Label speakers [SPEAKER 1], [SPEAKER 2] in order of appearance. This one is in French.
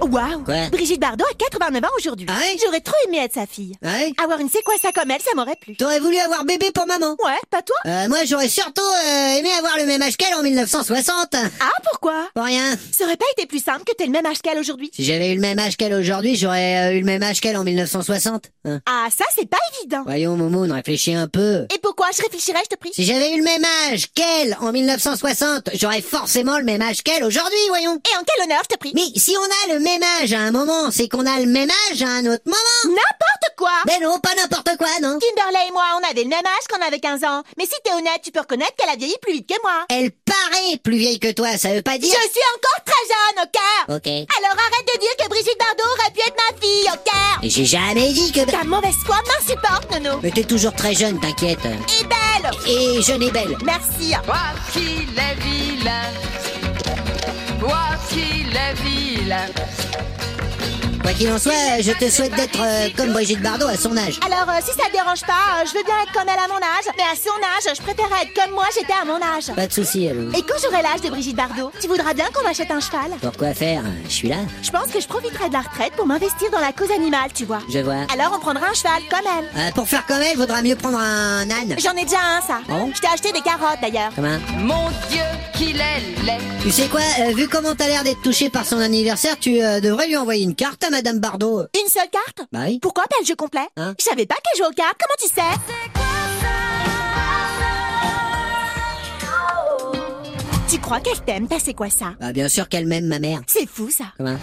[SPEAKER 1] wow!
[SPEAKER 2] Quoi?
[SPEAKER 1] Brigitte Bardot a 89 ans aujourd'hui.
[SPEAKER 2] Hein?
[SPEAKER 1] J'aurais trop aimé être sa fille.
[SPEAKER 2] Ouais
[SPEAKER 1] Avoir une séquence comme elle, ça m'aurait plu.
[SPEAKER 2] T'aurais voulu avoir bébé pour maman
[SPEAKER 1] Ouais, pas toi?
[SPEAKER 2] Euh, moi, j'aurais surtout euh, aimé avoir le même âge qu'elle en 1960.
[SPEAKER 1] Ah, pourquoi?
[SPEAKER 2] Pour rien.
[SPEAKER 1] Ça aurait pas été plus simple que t'aies le même âge qu'elle aujourd'hui?
[SPEAKER 2] Si j'avais eu le même âge qu'elle aujourd'hui, j'aurais euh, eu le même âge qu'elle en 1960. Hein.
[SPEAKER 1] Ah, ça, c'est pas évident.
[SPEAKER 2] Voyons, Moumoun, réfléchis un peu.
[SPEAKER 1] Et pourquoi? Je réfléchirais, je te prie.
[SPEAKER 2] Si j'avais eu le même âge qu'elle en 1960, j'aurais forcément le même âge qu'elle aujourd'hui, voyons.
[SPEAKER 1] Et en quel honneur, je te prie?
[SPEAKER 2] Mais si on a le même âge à un moment, c'est qu'on a le même âge à un autre moment.
[SPEAKER 1] N'importe quoi!
[SPEAKER 2] Ben non, pas n'importe quoi, non.
[SPEAKER 1] Kimberley et moi, on avait le même âge quand on avait 15 ans. Mais si t'es honnête, tu peux reconnaître qu'elle a vieilli plus vite que moi.
[SPEAKER 2] Elle paraît plus vieille que toi, ça veut pas
[SPEAKER 1] Je
[SPEAKER 2] dire...
[SPEAKER 1] suis encore très jeune, ok?
[SPEAKER 2] Ok.
[SPEAKER 1] Alors arrête de dire que Brigitte Bardot aurait pu être ma fille, ok?
[SPEAKER 2] J'ai jamais dit que...
[SPEAKER 1] Ta mauvaise foi m'insupporte, Nono.
[SPEAKER 2] Mais t'es toujours très jeune, t'inquiète.
[SPEAKER 1] Et belle!
[SPEAKER 2] Et jeune et belle.
[SPEAKER 1] Merci.
[SPEAKER 3] Vois qu'il est vilain. Vois qu'il est vilain.
[SPEAKER 2] Quoi qu'il en soit, je te souhaite d'être euh, comme Brigitte Bardot à son âge.
[SPEAKER 1] Alors, euh, si ça te dérange pas, euh, je veux bien être comme elle à mon âge, mais à son âge, je préfère être comme moi j'étais à mon âge.
[SPEAKER 2] Pas de soucis, alors.
[SPEAKER 1] Et quand j'aurai l'âge de Brigitte Bardot, tu voudras bien qu'on m'achète un cheval
[SPEAKER 2] Pour quoi faire Je suis là,
[SPEAKER 1] Je pense que je profiterai de la retraite pour m'investir dans la cause animale, tu vois.
[SPEAKER 2] je vois.
[SPEAKER 1] Alors, on prendra un cheval comme elle.
[SPEAKER 2] Euh, pour faire comme elle, vaudra mieux prendre un âne.
[SPEAKER 1] J'en ai déjà un, ça.
[SPEAKER 2] Ah bon
[SPEAKER 1] Je t'ai acheté des carottes, d'ailleurs.
[SPEAKER 2] Comment
[SPEAKER 3] Mon Dieu, qu'il est laid.
[SPEAKER 2] Tu sais quoi euh, Vu comment t'as l'air d'être touché par son anniversaire, tu euh, devrais lui envoyer une carte à Madame Bardot.
[SPEAKER 1] Une seule carte
[SPEAKER 2] Bah oui.
[SPEAKER 1] Pourquoi pas le jeu complet
[SPEAKER 2] Hein
[SPEAKER 1] Je savais pas qu'elle jouait aux cartes, comment tu sais Tu crois qu'elle t'aime, t'as c'est quoi ça
[SPEAKER 2] Bah bien sûr qu'elle m'aime, ma mère.
[SPEAKER 1] C'est fou ça.
[SPEAKER 2] Comment